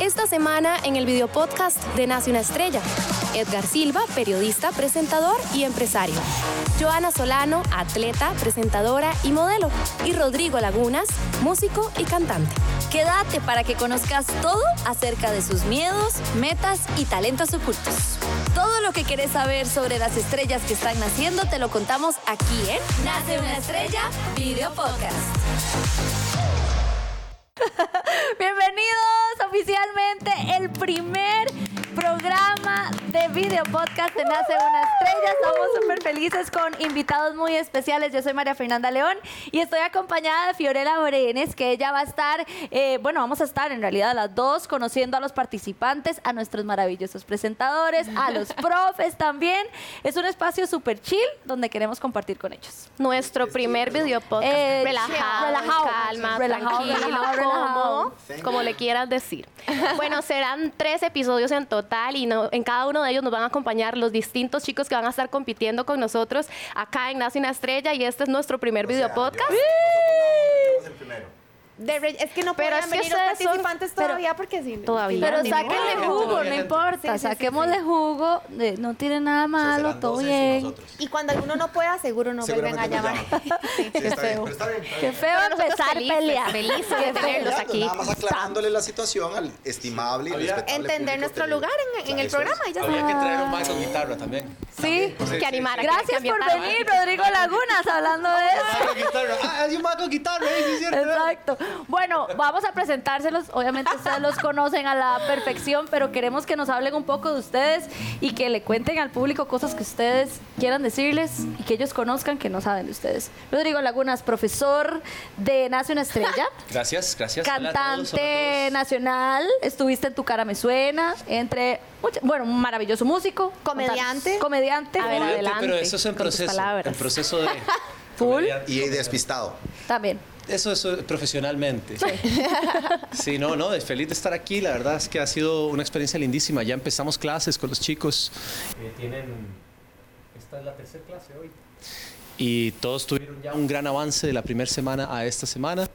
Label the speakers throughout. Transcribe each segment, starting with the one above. Speaker 1: Esta semana en el videopodcast de Nace una estrella. Edgar Silva, periodista, presentador y empresario. Joana Solano, atleta, presentadora y modelo. Y Rodrigo Lagunas, músico y cantante.
Speaker 2: Quédate para que conozcas todo acerca de sus miedos, metas y talentos ocultos. Todo lo que querés saber sobre las estrellas que están naciendo te lo contamos aquí en Nace una estrella, video podcast.
Speaker 3: Bienvenidos oficialmente el primer programa de video podcast de Nace una estrella. Estamos súper felices con invitados muy especiales. Yo soy María Fernanda León y estoy acompañada de Fiorella Morenes, que ella va a estar, eh, bueno, vamos a estar en realidad las dos conociendo a los participantes, a nuestros maravillosos presentadores, a los profes también. Es un espacio súper chill donde queremos compartir con ellos.
Speaker 1: Nuestro primer
Speaker 4: Este,
Speaker 1: videopodcast.
Speaker 3: Eh,
Speaker 1: relajado,
Speaker 3: relajado,
Speaker 1: calma,
Speaker 3: relajado,
Speaker 1: tranquilo,
Speaker 3: relajado, relajado.
Speaker 1: cómodo, como le quieras decir. Bueno, serán tres episodios en total y no- en cada uno de ellos nos van a acompañar los distintos chicos que van a estar compitiendo con nosotros acá en Nace una estrella y este es nuestro primer videopodcast.
Speaker 5: De re- es que no
Speaker 1: Pero
Speaker 5: pueden
Speaker 1: es que
Speaker 5: venir los
Speaker 1: ustedes son-
Speaker 5: participantes
Speaker 1: pero-
Speaker 5: todavía porque si
Speaker 1: Todavía.
Speaker 3: Pero
Speaker 1: Ni
Speaker 3: sáquenle
Speaker 5: modo.
Speaker 3: jugo, no
Speaker 5: Sí,
Speaker 3: importa,
Speaker 5: sí, sí,
Speaker 3: saquémosle jugo, de- no tiene nada malo, todo bien.
Speaker 5: Y cuando alguno no pueda, seguro no vuelven a llamar. Este,
Speaker 3: Qué feo. Qué feo
Speaker 1: nosotros
Speaker 3: empezar
Speaker 1: felices,
Speaker 3: pelea.
Speaker 1: felices de
Speaker 3: Qué feo.
Speaker 1: tenerlos aquí.
Speaker 6: Nada más aclarándole la situación al estimable y respetable
Speaker 5: Entender
Speaker 6: público
Speaker 5: nuestro
Speaker 6: que-
Speaker 5: lugar en- en
Speaker 6: O sea,
Speaker 5: el
Speaker 6: eso es.
Speaker 5: programa y ya
Speaker 4: Habría que
Speaker 5: está.
Speaker 4: traer un mazo guitarra también.
Speaker 3: Sí.
Speaker 1: Que animara. que
Speaker 3: Gracias por
Speaker 1: cambiara.
Speaker 3: venir, Rodrigo Lagunas, hablando de eso.
Speaker 4: Mazo guitarra. Ah, hay un mazo guitarra, ¿eh? Sí, es cierto.
Speaker 3: Exacto. Bueno, vamos a presentárselos. Obviamente ustedes los conocen a la perfección, pero queremos que nos hablen un poco de ustedes y que le cuenten al público cosas que ustedes quieran decirles y que ellos conozcan que no saben de ustedes. Rodrigo Lagunas, profesor de Nace una Estrella,
Speaker 4: Gracias, gracias. Hola a todos, hola
Speaker 3: cantante
Speaker 4: a todos.
Speaker 3: nacional, estuviste en Tu Cara Me Suena, entre, mucha- bueno, un maravilloso músico.
Speaker 5: Comediante.
Speaker 3: Contanos. Comediante.
Speaker 1: A ver,
Speaker 4: Obviamente,
Speaker 1: adelante,
Speaker 4: Pero eso es en
Speaker 1: con tus
Speaker 4: proceso.
Speaker 1: palabras.
Speaker 4: En proceso de.
Speaker 3: Full.
Speaker 6: Y despistado.
Speaker 3: También.
Speaker 4: Eso es eh, profesionalmente. Sí, no, no, es feliz de estar aquí. La verdad es que ha sido una experiencia lindísima. Ya empezamos clases con los chicos. tienen. Esta es la tercera clase hoy. Y todos tuvieron ya un gran avance de la primera semana a esta semana.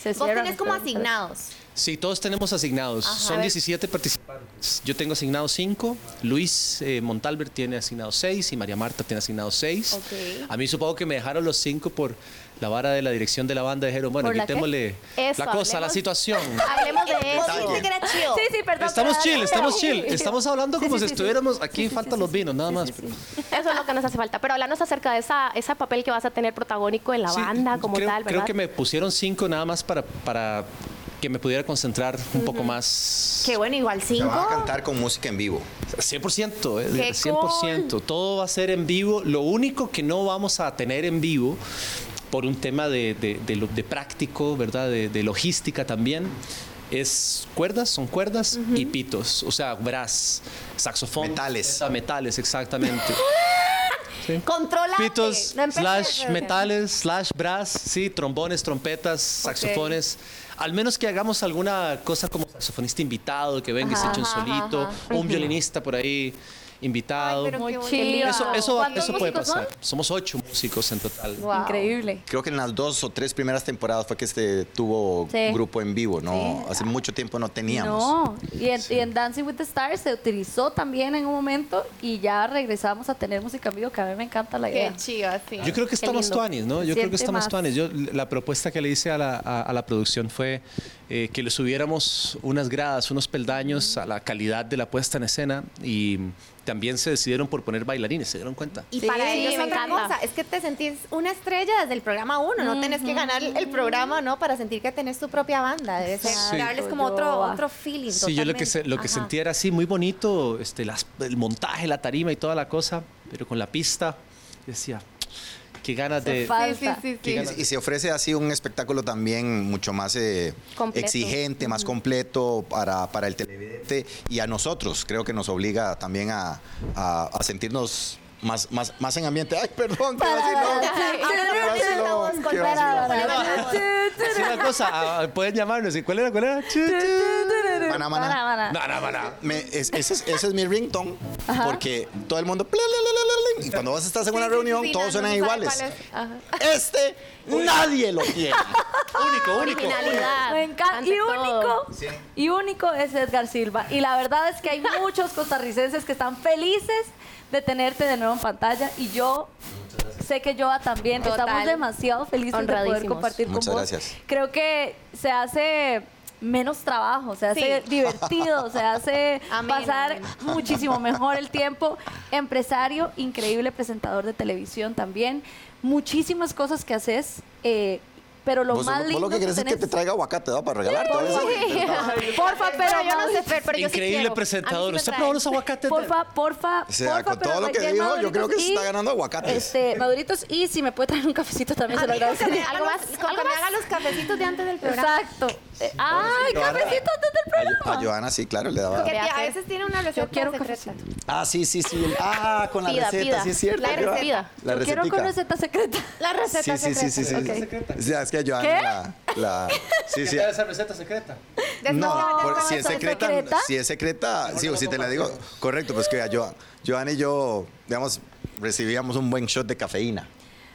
Speaker 3: Se
Speaker 5: Vos
Speaker 3: cierran
Speaker 5: tenés como
Speaker 3: ustedes.
Speaker 5: asignados.
Speaker 4: Sí, todos tenemos asignados. Son 17 participantes. Yo tengo asignados 5, Luis eh, Montalver tiene asignados 6 y María Marta tiene asignados 6.
Speaker 5: Ok.
Speaker 4: A mí supongo que me dejaron los 5 por la vara de la dirección de la banda. Dijeron, bueno,
Speaker 3: ¿Por la qué?
Speaker 4: quitémosle
Speaker 1: Eso,
Speaker 4: la cosa,
Speaker 1: hablemos-
Speaker 4: la situación.
Speaker 1: Hablemos de
Speaker 5: Vos
Speaker 1: eso.
Speaker 5: dijiste que era chido.
Speaker 3: Sí, sí, perdón.
Speaker 4: Estamos
Speaker 3: pero
Speaker 4: chill,
Speaker 3: dale,
Speaker 4: estamos
Speaker 3: dale.
Speaker 4: chill. Estamos hablando
Speaker 3: Sí,
Speaker 4: como
Speaker 3: sí,
Speaker 4: si
Speaker 3: sí, sí.
Speaker 4: estuviéramos
Speaker 3: Sí,
Speaker 4: aquí,
Speaker 3: sí,
Speaker 4: faltan
Speaker 3: sí,
Speaker 4: los
Speaker 3: sí.
Speaker 4: vinos, nada
Speaker 3: Sí,
Speaker 4: más.
Speaker 3: sí,
Speaker 4: pero-
Speaker 3: sí.
Speaker 1: Eso es lo que nos hace falta. Pero háblanos acerca de esa, ese papel que vas a tener protagónico en la
Speaker 4: Sí,
Speaker 1: banda, como
Speaker 4: creo,
Speaker 1: tal, ¿verdad?
Speaker 4: Creo que me pusieron 5 nada más para, para que me pudiera concentrar un poco más.
Speaker 5: Qué bueno, igual
Speaker 6: Te
Speaker 5: cinco.
Speaker 6: van a cantar con música en vivo.
Speaker 4: 100%, eh,
Speaker 1: ¡Qué
Speaker 4: 100%. Todo va a ser en vivo. Lo único que no vamos a tener en vivo, por un tema de, de- de lo- de práctico, ¿verdad? De, de logística también, es cuerdas, son cuerdas y pitos. O sea, brass, saxofón.
Speaker 6: Metales.
Speaker 4: flauta, Metales, exactamente.
Speaker 5: Controla.
Speaker 4: pitos,
Speaker 5: No empeces,
Speaker 4: slash
Speaker 5: Rodrigo.
Speaker 4: metales, slash brass, sí, trombones, trompetas, saxofones. Al menos que hagamos alguna cosa como saxofonista invitado, que venga y se eche un solito, o un violinista por ahí invitado.
Speaker 5: Pero qué bonito.
Speaker 3: chill.
Speaker 4: Eso, eso, va-
Speaker 1: ¿Cuántos
Speaker 4: eso puede
Speaker 1: músicos son?
Speaker 4: pasar. Somos ocho músicos en total.
Speaker 3: Increíble.
Speaker 6: Creo que en las dos o tres primeras temporadas fue que este tuvo
Speaker 3: Sí.
Speaker 6: un grupo en vivo, ¿no?
Speaker 3: Sí.
Speaker 6: Hace mucho tiempo no teníamos.
Speaker 3: No, y en, y en Dancing with the Stars se utilizó también en un momento y ya regresamos a tener música en vivo, que a mí me encanta la idea.
Speaker 5: Qué chido, sí.
Speaker 4: Yo creo que estamos
Speaker 1: lindo.
Speaker 4: tuanis, ¿no? Yo creo
Speaker 3: Siente
Speaker 4: que estamos
Speaker 3: más.
Speaker 4: tuanis. Yo, la propuesta que le hice a la, a- a la producción fue eh, que le subiéramos unas gradas, unos peldaños a la calidad de la puesta en escena y también se decidieron por poner bailarines, ¿se dieron cuenta?
Speaker 5: Y
Speaker 1: Sí,
Speaker 5: para
Speaker 1: sí,
Speaker 5: ellos
Speaker 1: me
Speaker 5: otra
Speaker 1: encanta.
Speaker 5: cosa, es que te sentís una estrella desde el programa uno, no tenés que ganar el programa, ¿no? Para sentir que tenés tu propia banda, debe ser
Speaker 4: Sí.
Speaker 5: darles como otro,
Speaker 3: Yo-
Speaker 5: otro feeling.
Speaker 4: Sí, yo lo que, se-
Speaker 5: totalmente.
Speaker 4: lo que
Speaker 5: Ajá.
Speaker 4: sentía era así, muy bonito, este, las- el montaje, la tarima y toda la cosa, pero con la pista decía, qué ganas de...
Speaker 3: falta.
Speaker 6: Y, y se ofrece así un espectáculo también mucho más eh,
Speaker 1: Completo.
Speaker 6: exigente, más completo para, para el televidente y a nosotros. Creo que nos obliga también a, a- a sentirnos más, más, más en ambiente. Ay, perdón, qué vacilón. Qué vacilón, qué vacilón.
Speaker 4: Así una cosa, ah, ah, pueden llamarnos, ¿y cuál era? ¿Cuál era? Chu, chu.
Speaker 6: Maná, maná.
Speaker 3: Maná, maná.
Speaker 4: Maná, maná.
Speaker 6: Me- es- ese, es, ese es mi ringtone porque todo el mundo pla, la, la, la, la, la, y cuando vas a estar en una reunión todos suenan iguales este nadie lo tiene
Speaker 4: Único, único.
Speaker 7: Originalidad.
Speaker 3: Me encanta.
Speaker 7: ante
Speaker 3: Y
Speaker 7: todo.
Speaker 3: único,
Speaker 6: Sí.
Speaker 3: y único es Edgar Silva. Y la verdad es que hay muchos costarricenses que están felices de tenerte de nuevo en pantalla. Y yo sé que Joa también.
Speaker 7: Total.
Speaker 3: Estamos demasiado felices de poder
Speaker 7: Honradísimos.
Speaker 3: compartir con
Speaker 6: Muchas
Speaker 3: vos.
Speaker 6: gracias.
Speaker 3: Creo que se hace menos trabajo, se hace divertido, se hace
Speaker 1: Ameno,
Speaker 3: pasar
Speaker 1: ameno.
Speaker 3: muchísimo mejor el tiempo. Empresario, increíble presentador de televisión también. Muchísimas cosas que haces, eh, pero lo
Speaker 6: Vos,
Speaker 3: más
Speaker 6: vos
Speaker 3: lindo
Speaker 6: lo que querés es que
Speaker 3: tenés-
Speaker 6: te traiga aguacate, ¿va? Para regalarte. a veces.
Speaker 3: Porfa, pero
Speaker 1: yo no
Speaker 3: no-
Speaker 1: sé, Fer, pero yo sí
Speaker 4: Increíble
Speaker 1: quiero.
Speaker 4: presentador.
Speaker 1: A mí sí
Speaker 4: Usted
Speaker 1: me
Speaker 4: probó
Speaker 1: trae.
Speaker 4: los aguacates.
Speaker 3: Porfa, porfa,
Speaker 6: O sea,
Speaker 3: porfa,
Speaker 6: con
Speaker 3: pero
Speaker 6: todo lo que
Speaker 3: rellena
Speaker 6: dijo, yo creo que se
Speaker 3: Doritos
Speaker 6: está
Speaker 3: y,
Speaker 6: ganando aguacates.
Speaker 3: Este, maduritos y si me puede traer un cafecito también se lo agradezco.
Speaker 1: Algo más, con que me haga los cafecitos de antes del programa.
Speaker 3: Exacto. Eh, Ay,
Speaker 4: Joana.
Speaker 3: cafecito antes del
Speaker 6: A,
Speaker 3: programa.
Speaker 6: Joana, sí, claro, le daba.
Speaker 1: Porque
Speaker 7: Vea,
Speaker 1: a
Speaker 7: Fer.
Speaker 1: veces tiene una receta
Speaker 3: quiero
Speaker 1: secreta.
Speaker 6: Ah, sí, sí, sí. el- Ah, con la
Speaker 7: Pida,
Speaker 6: receta,
Speaker 7: pida.
Speaker 6: sí es cierto.
Speaker 7: La
Speaker 6: Joana.
Speaker 7: receta.
Speaker 6: La
Speaker 3: Yo quiero con
Speaker 6: recetica.
Speaker 3: receta secreta.
Speaker 1: La receta
Speaker 6: Sí, sí, sí, sí, sí.
Speaker 1: secreta.
Speaker 6: O sea, es que a Joana la, la- Sí, sí.
Speaker 4: esa receta secreta?
Speaker 6: No, por- si es
Speaker 3: ¿es
Speaker 6: secreta,
Speaker 3: secreta?
Speaker 6: si es secreta, sí, o si te la digo, correcto, pues que vea, Joan, Joan y yo, digamos, recibíamos un buen shot de cafeína.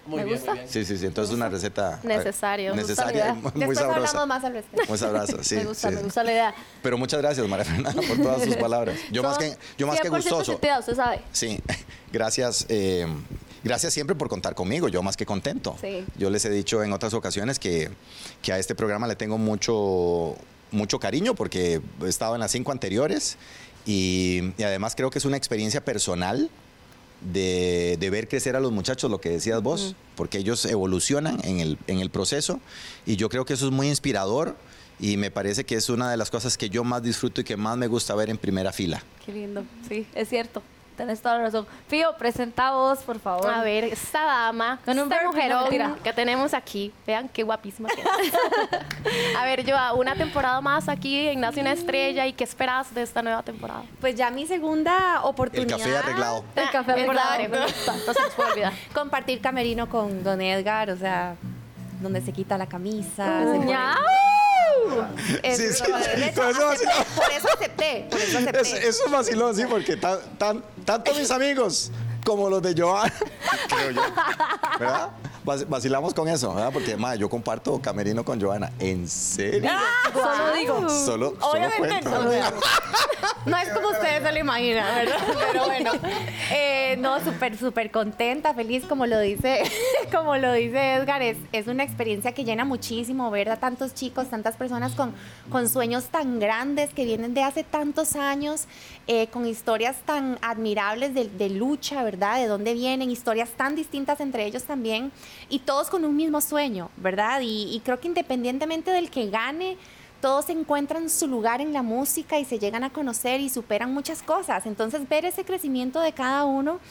Speaker 3: me gusta.
Speaker 6: Sí, sí, sí, entonces una receta eh,
Speaker 7: Necesario.
Speaker 6: necesaria, muy, muy
Speaker 1: Después hablamos
Speaker 6: sabrosa.
Speaker 1: más al respecto.
Speaker 6: Muy sabrosa, sí.
Speaker 3: me gusta,
Speaker 6: sí.
Speaker 3: me gusta la idea.
Speaker 6: Pero muchas gracias, María Fernanda, por todas sus palabras. Yo más que yo más que
Speaker 3: 100%
Speaker 6: gustoso.
Speaker 3: seteado, usted sabe.
Speaker 6: Sí, gracias. eh, gracias siempre por contar conmigo, yo más que contento.
Speaker 3: Sí.
Speaker 6: Yo les he dicho en otras ocasiones que, que a este programa le tengo mucho, mucho cariño porque he estado en las cinco anteriores y, y además creo que es una experiencia personal. De, de ver crecer a los muchachos, lo que decías vos, porque ellos evolucionan en el, en el proceso y yo creo que eso es muy inspirador y me parece que es una de las cosas que yo más disfruto y que más me gusta ver en primera fila.
Speaker 3: Qué lindo. Sí, es cierto. Tenés toda la razón. Fío, presenta a vos, por favor.
Speaker 7: A ver, esta dama,
Speaker 3: Con un
Speaker 7: esta
Speaker 3: burpee, no, mentira.
Speaker 7: mujerón que tenemos aquí. Vean qué guapísima que es. A ver, Joa, una temporada más aquí en Nace una Estrella. ¿Y qué esperas de esta nueva temporada?
Speaker 5: Pues ya mi segunda
Speaker 6: El
Speaker 5: oportunidad.
Speaker 6: café arreglado.
Speaker 3: El café
Speaker 7: Recordar,
Speaker 3: arreglado.
Speaker 7: No se nos puede olvidar.
Speaker 5: Compartir camerino con don Edgar, o sea, donde se quita la camisa. se pone-
Speaker 3: Ya.
Speaker 6: Sí, sí,
Speaker 1: De hecho,
Speaker 6: todo eso vaciló.
Speaker 1: acepté, por eso acepté, por eso acepté.
Speaker 6: Es, eso es vacilón, sí, porque tan, tan- tanto mis amigos como los de Joan, creo yo, ¿verdad? Vac- Vacilamos con eso, ¿verdad? Porque, ma, yo comparto camerino con Joana. ¿En serio?
Speaker 3: Ah, Solo digo.
Speaker 6: Solo, solo
Speaker 5: Obviamente,
Speaker 6: cuento.
Speaker 5: no, o sea, no es como ustedes se lo imaginan, ¿verdad? Pero bueno, eh, no, súper, súper contenta, feliz, como lo dice, como lo dice Edgar, es, es una experiencia que llena muchísimo ver a tantos chicos, tantas personas con, con sueños tan grandes que vienen de hace tantos años, eh, con historias tan admirables de, de lucha, ¿verdad? De dónde vienen, historias tan distintas entre ellos también, y todos con un mismo sueño, ¿verdad? Y, y creo que independientemente del que gane, todos encuentran su lugar en la música y se llegan a conocer y superan muchas cosas. Entonces, ver ese crecimiento de cada uno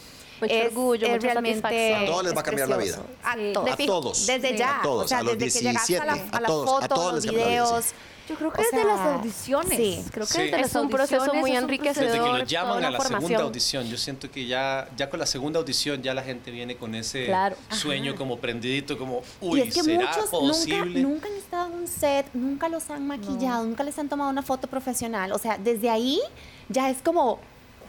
Speaker 7: Mucho
Speaker 5: es,
Speaker 7: orgullo,
Speaker 5: es
Speaker 7: mucha
Speaker 5: realmente.
Speaker 7: satisfacción.
Speaker 6: A todos les va a cambiar la vida.
Speaker 5: A
Speaker 3: Sí.
Speaker 5: todos.
Speaker 6: A todos.
Speaker 5: Desde
Speaker 6: Sí.
Speaker 5: ya.
Speaker 6: A todos,
Speaker 5: O sea,
Speaker 6: a los
Speaker 5: desde que llegas a
Speaker 6: 17,
Speaker 5: la, a
Speaker 6: a
Speaker 5: la
Speaker 6: todos, a
Speaker 5: foto,
Speaker 6: todos
Speaker 5: los
Speaker 6: les cambia la vida,
Speaker 5: videos.
Speaker 6: sí.
Speaker 3: Yo creo que
Speaker 5: O
Speaker 3: es de
Speaker 5: sea,
Speaker 3: las audiciones.
Speaker 5: sí.
Speaker 3: Creo que
Speaker 4: Sí.
Speaker 3: es de las
Speaker 7: Es un proceso
Speaker 3: audiciones,
Speaker 7: muy
Speaker 3: es un
Speaker 7: enriquecedor.
Speaker 4: Desde que lo
Speaker 7: toda
Speaker 4: llaman
Speaker 7: una
Speaker 4: a la segunda
Speaker 7: formación.
Speaker 4: audición, yo siento que ya, ya con la segunda audición ya la gente viene con ese
Speaker 3: Claro.
Speaker 4: sueño como prendidito, como,
Speaker 5: y
Speaker 4: uy,
Speaker 5: es que
Speaker 4: ¿será
Speaker 5: muchos nunca,
Speaker 4: posible?
Speaker 5: nunca han estado en un set, nunca los han maquillado, nunca les han tomado una foto profesional. O sea, desde ahí ya es como,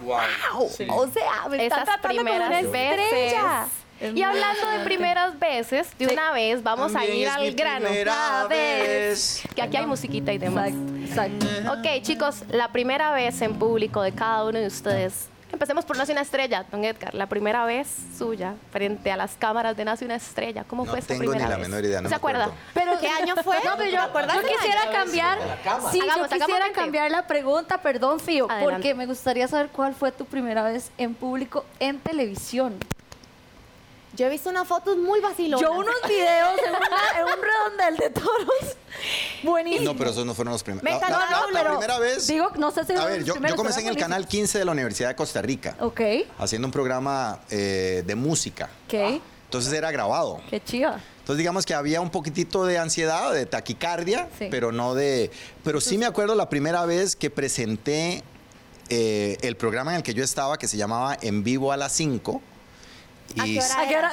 Speaker 5: wow.
Speaker 4: Sí.
Speaker 5: O sea, me están
Speaker 7: Esas
Speaker 5: tratando como una
Speaker 7: primeras veces.
Speaker 5: estrella.
Speaker 3: Es muy
Speaker 7: Y hablando de
Speaker 3: emocionante.
Speaker 7: primeras veces, de una vez vamos a
Speaker 6: También
Speaker 7: ir
Speaker 6: es mi
Speaker 7: al grano.
Speaker 6: primera vez.
Speaker 7: Que aquí hay musiquita y demás.
Speaker 3: Exacto, exacto.
Speaker 7: Ok, chicos, la primera vez en público de cada uno de ustedes. Empecemos por Nace una Estrella, don Edgar. La primera vez suya frente a las cámaras de Nace una Estrella. ¿Cómo
Speaker 6: No
Speaker 7: fue esa
Speaker 6: tengo ni
Speaker 7: primera
Speaker 6: la
Speaker 7: vez?
Speaker 6: menor idea, no
Speaker 7: ¿Se
Speaker 6: me acuerdo.
Speaker 7: acuerda?
Speaker 5: Pero, ¿Qué año fue?
Speaker 3: No, pero yo, yo quisiera cambiar. Sí, yo
Speaker 7: Hagamos, hagamos
Speaker 3: quisiera
Speaker 7: frente.
Speaker 3: cambiar la pregunta, perdón, Fío,
Speaker 7: Adelante.
Speaker 3: porque me gustaría saber cuál fue tu primera vez en público en televisión.
Speaker 5: Yo he visto unas fotos muy vacilonas.
Speaker 3: Yo unos videos en, una- en un redondel de toros. Buenísimo.
Speaker 6: No, pero esos no fueron los primeros.
Speaker 5: Me
Speaker 6: La, la-
Speaker 5: encantó,
Speaker 6: la- la
Speaker 5: pero
Speaker 6: primera vez.
Speaker 3: Digo, no sé si
Speaker 6: a
Speaker 3: fueron
Speaker 6: ver,
Speaker 3: los
Speaker 6: yo, yo
Speaker 3: primeros,
Speaker 6: comencé en
Speaker 3: pero
Speaker 6: el canal 15 de la Universidad de Costa Rica,
Speaker 3: Ok,
Speaker 6: haciendo un programa eh, de música.
Speaker 3: ok.
Speaker 6: Entonces era grabado.
Speaker 3: Qué chiva.
Speaker 6: Entonces digamos que había un poquitito de ansiedad, de taquicardia,
Speaker 3: Sí.
Speaker 6: pero no de... Pero sí me acuerdo la primera vez que presenté eh, el programa en el que yo estaba, que se llamaba En Vivo a las 5.
Speaker 5: ¿A qué
Speaker 6: Ah,
Speaker 5: hora
Speaker 3: ¿A qué hora?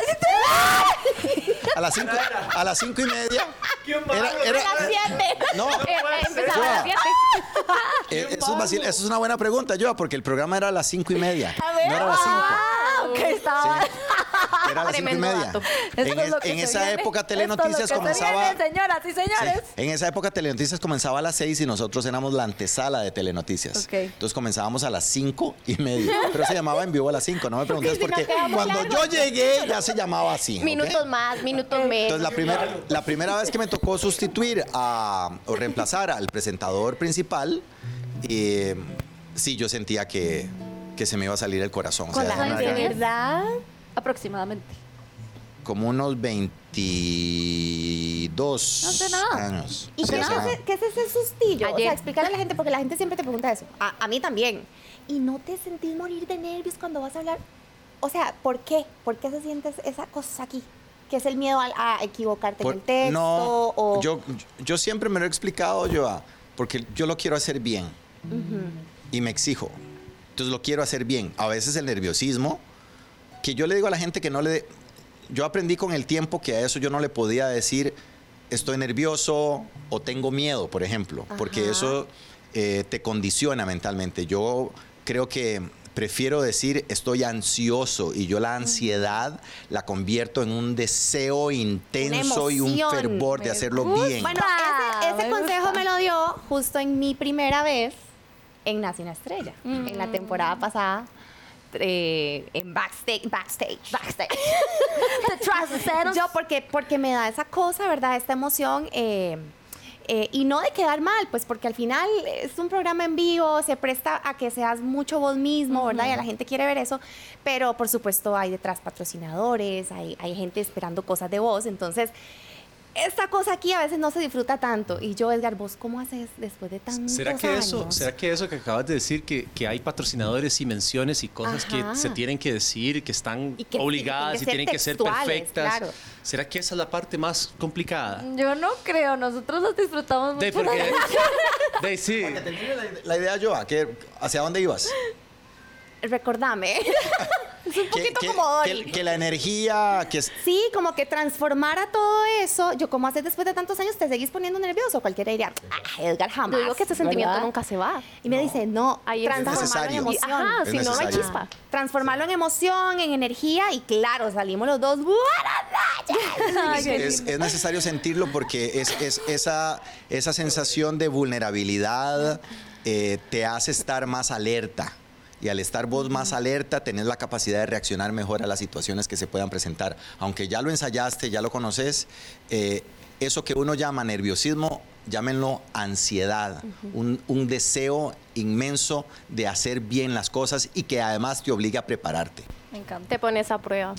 Speaker 6: A las 5 a las cinco y media. Era- era- No,
Speaker 7: Empezaba
Speaker 6: Joa,
Speaker 7: a las siete.
Speaker 6: eh, eso, es vacil- eso es una buena pregunta, yo, porque el programa era a las 5 y media. No era a las 5.
Speaker 3: Ah, Ok, estaba.
Speaker 6: Sí. Era a las cinco y
Speaker 5: Tremendo
Speaker 6: media.
Speaker 5: dato.
Speaker 3: Esto
Speaker 6: En,
Speaker 3: es
Speaker 6: es-
Speaker 3: lo que
Speaker 6: en
Speaker 3: se
Speaker 6: esa
Speaker 3: viene.
Speaker 6: época
Speaker 3: Esto es lo que
Speaker 6: Telenoticias
Speaker 3: se
Speaker 6: comenzaba.
Speaker 3: viene, señoras y
Speaker 6: Sí.
Speaker 3: señores.
Speaker 6: En esa época Telenoticias comenzaba a las 6 y nosotros éramos la antesala de Telenoticias.
Speaker 3: Ok.
Speaker 6: Entonces comenzábamos a las 5 y media, pero se llamaba en vivo a las 5, no me preguntes
Speaker 5: si
Speaker 6: por
Speaker 5: no
Speaker 6: qué.
Speaker 5: quedamos
Speaker 6: Cuando yo
Speaker 5: largos.
Speaker 6: llegué ya se llamaba así. ¿ok?
Speaker 5: Minutos más, minutos menos.
Speaker 6: Entonces la, primera la primera vez que me tocó sustituir a, o reemplazar al presentador principal, eh, sí, yo sentía que, que se me iba a salir el corazón. o sea, era una
Speaker 3: de
Speaker 6: gran-
Speaker 7: verdad?
Speaker 3: Aproximadamente.
Speaker 6: como unos 22
Speaker 3: No sé nada.
Speaker 6: años.
Speaker 5: ¿Y
Speaker 6: Sí,
Speaker 5: qué,
Speaker 6: o
Speaker 5: es
Speaker 6: sea,
Speaker 5: ese, qué es ese sustillo? O
Speaker 3: Ayer.
Speaker 5: sea, explícale a la gente, porque la gente siempre te pregunta eso. A, a mí también. ¿Y no te sentís morir de nervios cuando vas a hablar? O sea, ¿por qué? ¿Por qué se sientes esa cosa aquí? Que es el miedo al- a, equivocarte
Speaker 6: Por-
Speaker 5: en el texto?
Speaker 6: no,
Speaker 5: o,
Speaker 6: yo, yo siempre me lo he explicado, yo, porque yo lo quiero hacer bien y me exijo. Entonces lo quiero hacer bien. A veces el nerviosismo, que yo le digo a la gente que no le... dé- Yo aprendí con el tiempo que a eso yo no le podía decir estoy nervioso o tengo miedo, por ejemplo, porque
Speaker 5: Ajá.
Speaker 6: eso eh, te condiciona mentalmente. Yo creo que prefiero decir estoy ansioso y yo la ansiedad la convierto en un deseo intenso y un
Speaker 5: emoción.
Speaker 6: fervor de
Speaker 5: Me
Speaker 6: hacerlo
Speaker 5: gusta.
Speaker 6: bien.
Speaker 5: Bueno,
Speaker 3: Ah,
Speaker 5: ese, ese
Speaker 3: me
Speaker 5: consejo
Speaker 3: gusta.
Speaker 5: me lo dio justo en mi primera vez en Nace una Estrella, en la temporada pasada. eh, en backstage, backstage, backstage. Yo porque, porque me da esa cosa, ¿verdad? Esta emoción. eh, eh, y no de quedar mal, pues porque al final es un programa en vivo, se presta a que seas mucho vos mismo, ¿verdad? Y a la gente quiere ver eso, pero por supuesto hay detrás patrocinadores, hay, hay gente esperando cosas de vos, entonces esta cosa aquí a veces no se disfruta tanto. Y yo, Edgar, ¿vos cómo haces después de tantos
Speaker 4: ¿Será que, eso,
Speaker 5: años?
Speaker 4: ¿Será que eso que acabas de decir, que, que hay patrocinadores y menciones y cosas
Speaker 5: Ajá.
Speaker 4: que se tienen que decir, que están
Speaker 5: Y que- y que
Speaker 4: obligadas y
Speaker 5: tienen
Speaker 4: tienen
Speaker 5: que
Speaker 4: que
Speaker 5: ser
Speaker 4: ser
Speaker 5: textuales,
Speaker 4: perfectas?
Speaker 5: claro.
Speaker 4: ¿Será que esa es la parte más complicada?
Speaker 3: Yo no creo, nosotros nos disfrutamos mucho.
Speaker 4: De, porque, de, sí.
Speaker 6: La idea, Joa, que ¿hacia dónde ibas?
Speaker 5: Recordame.
Speaker 6: Un poquito como que, que la energía, que es,
Speaker 5: sí, como que transformara todo eso. Yo, ¿cómo haces después de tantos años? ¿Te seguís poniendo nervioso? Cualquiera diría, ah, Edgar jamás.
Speaker 7: Yo digo que este sentimiento
Speaker 5: ¿verdad?
Speaker 7: nunca se va.
Speaker 5: Y me dice, no,
Speaker 7: Ahí es
Speaker 5: transformarlo en
Speaker 6: necesario.
Speaker 5: emoción. Ah,
Speaker 7: Ajá,
Speaker 6: Es
Speaker 7: si no, no hay
Speaker 6: necesario.
Speaker 7: chispa.
Speaker 5: Transformarlo en emoción, en energía y claro, salimos los dos. ¡Buenas noches!
Speaker 6: es, es- es necesario sentirlo porque es, es- esa, esa sensación de vulnerabilidad eh, te hace estar más alerta. Y al estar vos más alerta, tenés la capacidad de reaccionar mejor a las situaciones que se puedan presentar. Aunque ya lo ensayaste, ya lo conoces, eh, eso que uno llama nerviosismo, llámenlo ansiedad, un, un deseo inmenso de hacer bien las cosas y que además te obliga a prepararte.
Speaker 3: Me encanta.
Speaker 7: Te pones a prueba.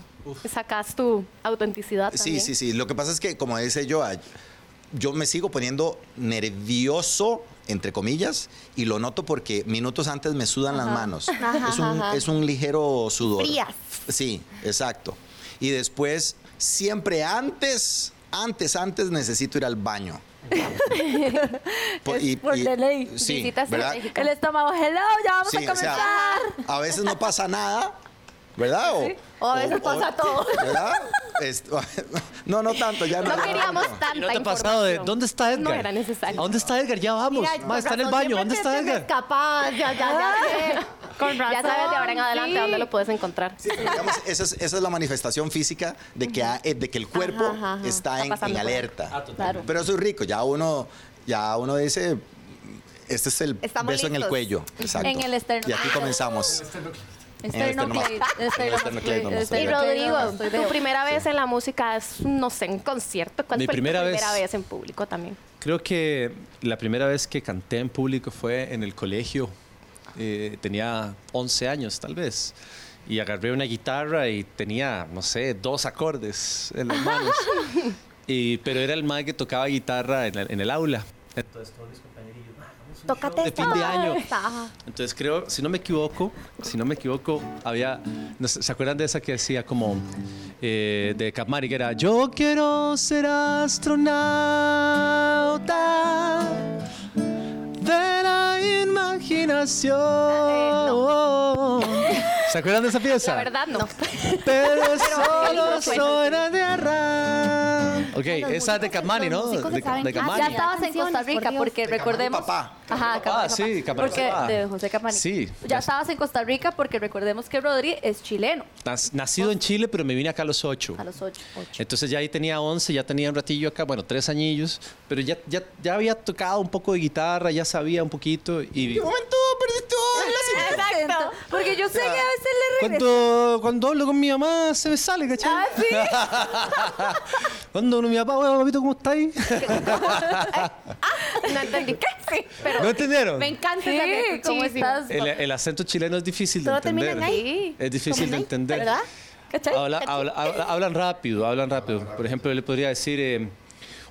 Speaker 7: Sacas tu autenticidad.
Speaker 6: Sí, sí, sí. Lo que pasa es que, como dice yo, yo me sigo poniendo nervioso, entre comillas, y lo noto porque minutos antes me sudan las manos. es, un, es un ligero sudor.
Speaker 5: Frías.
Speaker 6: Sí, exacto. Y después, siempre antes, antes, antes necesito ir al baño.
Speaker 3: Es por de ley.
Speaker 6: Sí,
Speaker 7: Visita
Speaker 6: ¿verdad?
Speaker 7: estratégica.
Speaker 3: El estómago, hello, ya vamos
Speaker 6: Sí,
Speaker 3: a
Speaker 6: o sea,
Speaker 3: comenzar.
Speaker 6: a veces no pasa nada, ¿verdad? O,
Speaker 5: O a veces pasa todo.
Speaker 6: ¿Verdad? Es- no, no tanto, ya no.
Speaker 7: No
Speaker 6: ya
Speaker 7: queríamos tanta
Speaker 4: ¿Y no te ha pasado de
Speaker 7: información.
Speaker 4: dónde está Edgar?
Speaker 7: No era necesario.
Speaker 4: ¿A dónde está Edgar? Ya vamos. Ma, está en el baño. ¿Dónde está Edgar?
Speaker 5: Capaz, ya, ya, ya. Con
Speaker 7: Ya sabes de ahora en adelante
Speaker 3: sí.
Speaker 7: dónde lo puedes encontrar.
Speaker 6: Sí, pero digamos, esa, es, esa es la manifestación física de que, ha- eh, de que el cuerpo
Speaker 5: Ajá, ajá, ajá.
Speaker 6: está, en- en,
Speaker 7: pasando por ahí.
Speaker 6: alerta. Pero eso es rico, ya uno, ya uno dice, este es el
Speaker 5: Estamos
Speaker 6: beso en el
Speaker 5: listos.
Speaker 6: cuello. Exacto.
Speaker 3: En el esternocleido.
Speaker 6: Y aquí comenzamos.
Speaker 3: Esternocleido,
Speaker 6: En el esternocleido,
Speaker 3: esternocleido,
Speaker 6: vamos a
Speaker 7: Y
Speaker 6: ver.
Speaker 3: Pero
Speaker 7: Rodrigo,
Speaker 3: no, no, estoy de-
Speaker 7: tu primera vez en la música es, no sé, en concierto. ¿Cuál
Speaker 4: Mi
Speaker 7: fue
Speaker 4: primera
Speaker 7: tu
Speaker 4: vez.
Speaker 7: primera vez en público también?
Speaker 4: Creo que la primera vez que canté en público fue en el colegio. Eh, tenía 11 años, tal vez. Y agarré una guitarra y tenía, no sé, dos acordes en las manos. Y- pero era el más que tocaba guitarra en el, en el aula. Entonces, todos mis compañerillos, "Ah, vamos a un
Speaker 5: Tócate
Speaker 4: show de
Speaker 5: esta.
Speaker 4: fin de año.
Speaker 5: Ajá.
Speaker 4: Entonces creo, si no me equivoco, si no me equivoco, había, no sé, ¿se acuerdan de esa que decía como eh, de Capmari que era yo quiero ser astronauta de la imaginación? ¿Se acuerdan de esa pieza?
Speaker 5: La
Speaker 3: Ah.
Speaker 5: verdad, no.
Speaker 4: Pero solo soy la tierra. Ok, esa es de Capmani, ¿no?
Speaker 5: músicos se
Speaker 4: De,
Speaker 5: saben.
Speaker 4: de
Speaker 5: Ah,
Speaker 4: Capmani.
Speaker 1: Ya
Speaker 5: Ay,
Speaker 1: estabas en Costa
Speaker 5: canciones, por
Speaker 1: Rica,
Speaker 5: Dios.
Speaker 1: porque recordemos.
Speaker 6: Papá.
Speaker 1: Ajá,
Speaker 4: Ah,
Speaker 1: Camarón
Speaker 4: sí,
Speaker 1: Papá.
Speaker 4: Camarón
Speaker 3: Porque
Speaker 4: Papá.
Speaker 3: de José Capani.
Speaker 4: Sí.
Speaker 1: Ya estabas en Costa Rica porque recordemos que Rodri es chileno
Speaker 4: Nas- Nacido en Chile, pero me vine acá a los ocho.
Speaker 1: a los 8.
Speaker 4: Entonces ya ahí tenía 11, ya tenía un ratillo acá, bueno, tres añillos, pero ya, ya, ya había tocado un poco de guitarra, ya sabía un poquito. Y
Speaker 6: momento perdiste
Speaker 5: Ah,
Speaker 6: la
Speaker 3: Exacto. Porque yo sé que a veces le regreso.
Speaker 4: cuando, cuando hablo con mi mamá se me sale, ¿cachai? Ah, sí. cuando mi papá, bueno, papito, ¿cómo está ahí?
Speaker 5: No entendí. Sí, pero
Speaker 4: ¿No entendieron?
Speaker 5: me encanta esa
Speaker 3: Sí,
Speaker 5: que
Speaker 3: ¿cómo
Speaker 5: escuchamos.
Speaker 3: estás?
Speaker 4: El, el acento chileno es difícil de
Speaker 5: Todo termina
Speaker 4: entender.
Speaker 5: en ahí.
Speaker 4: Es difícil de
Speaker 5: Como en ahí,
Speaker 4: entender.
Speaker 5: ¿verdad?
Speaker 3: ¿Cachai?
Speaker 4: Habla- habla- habla- hablan rápido, hablan rápido. Por ejemplo, yo le podría decir, eh,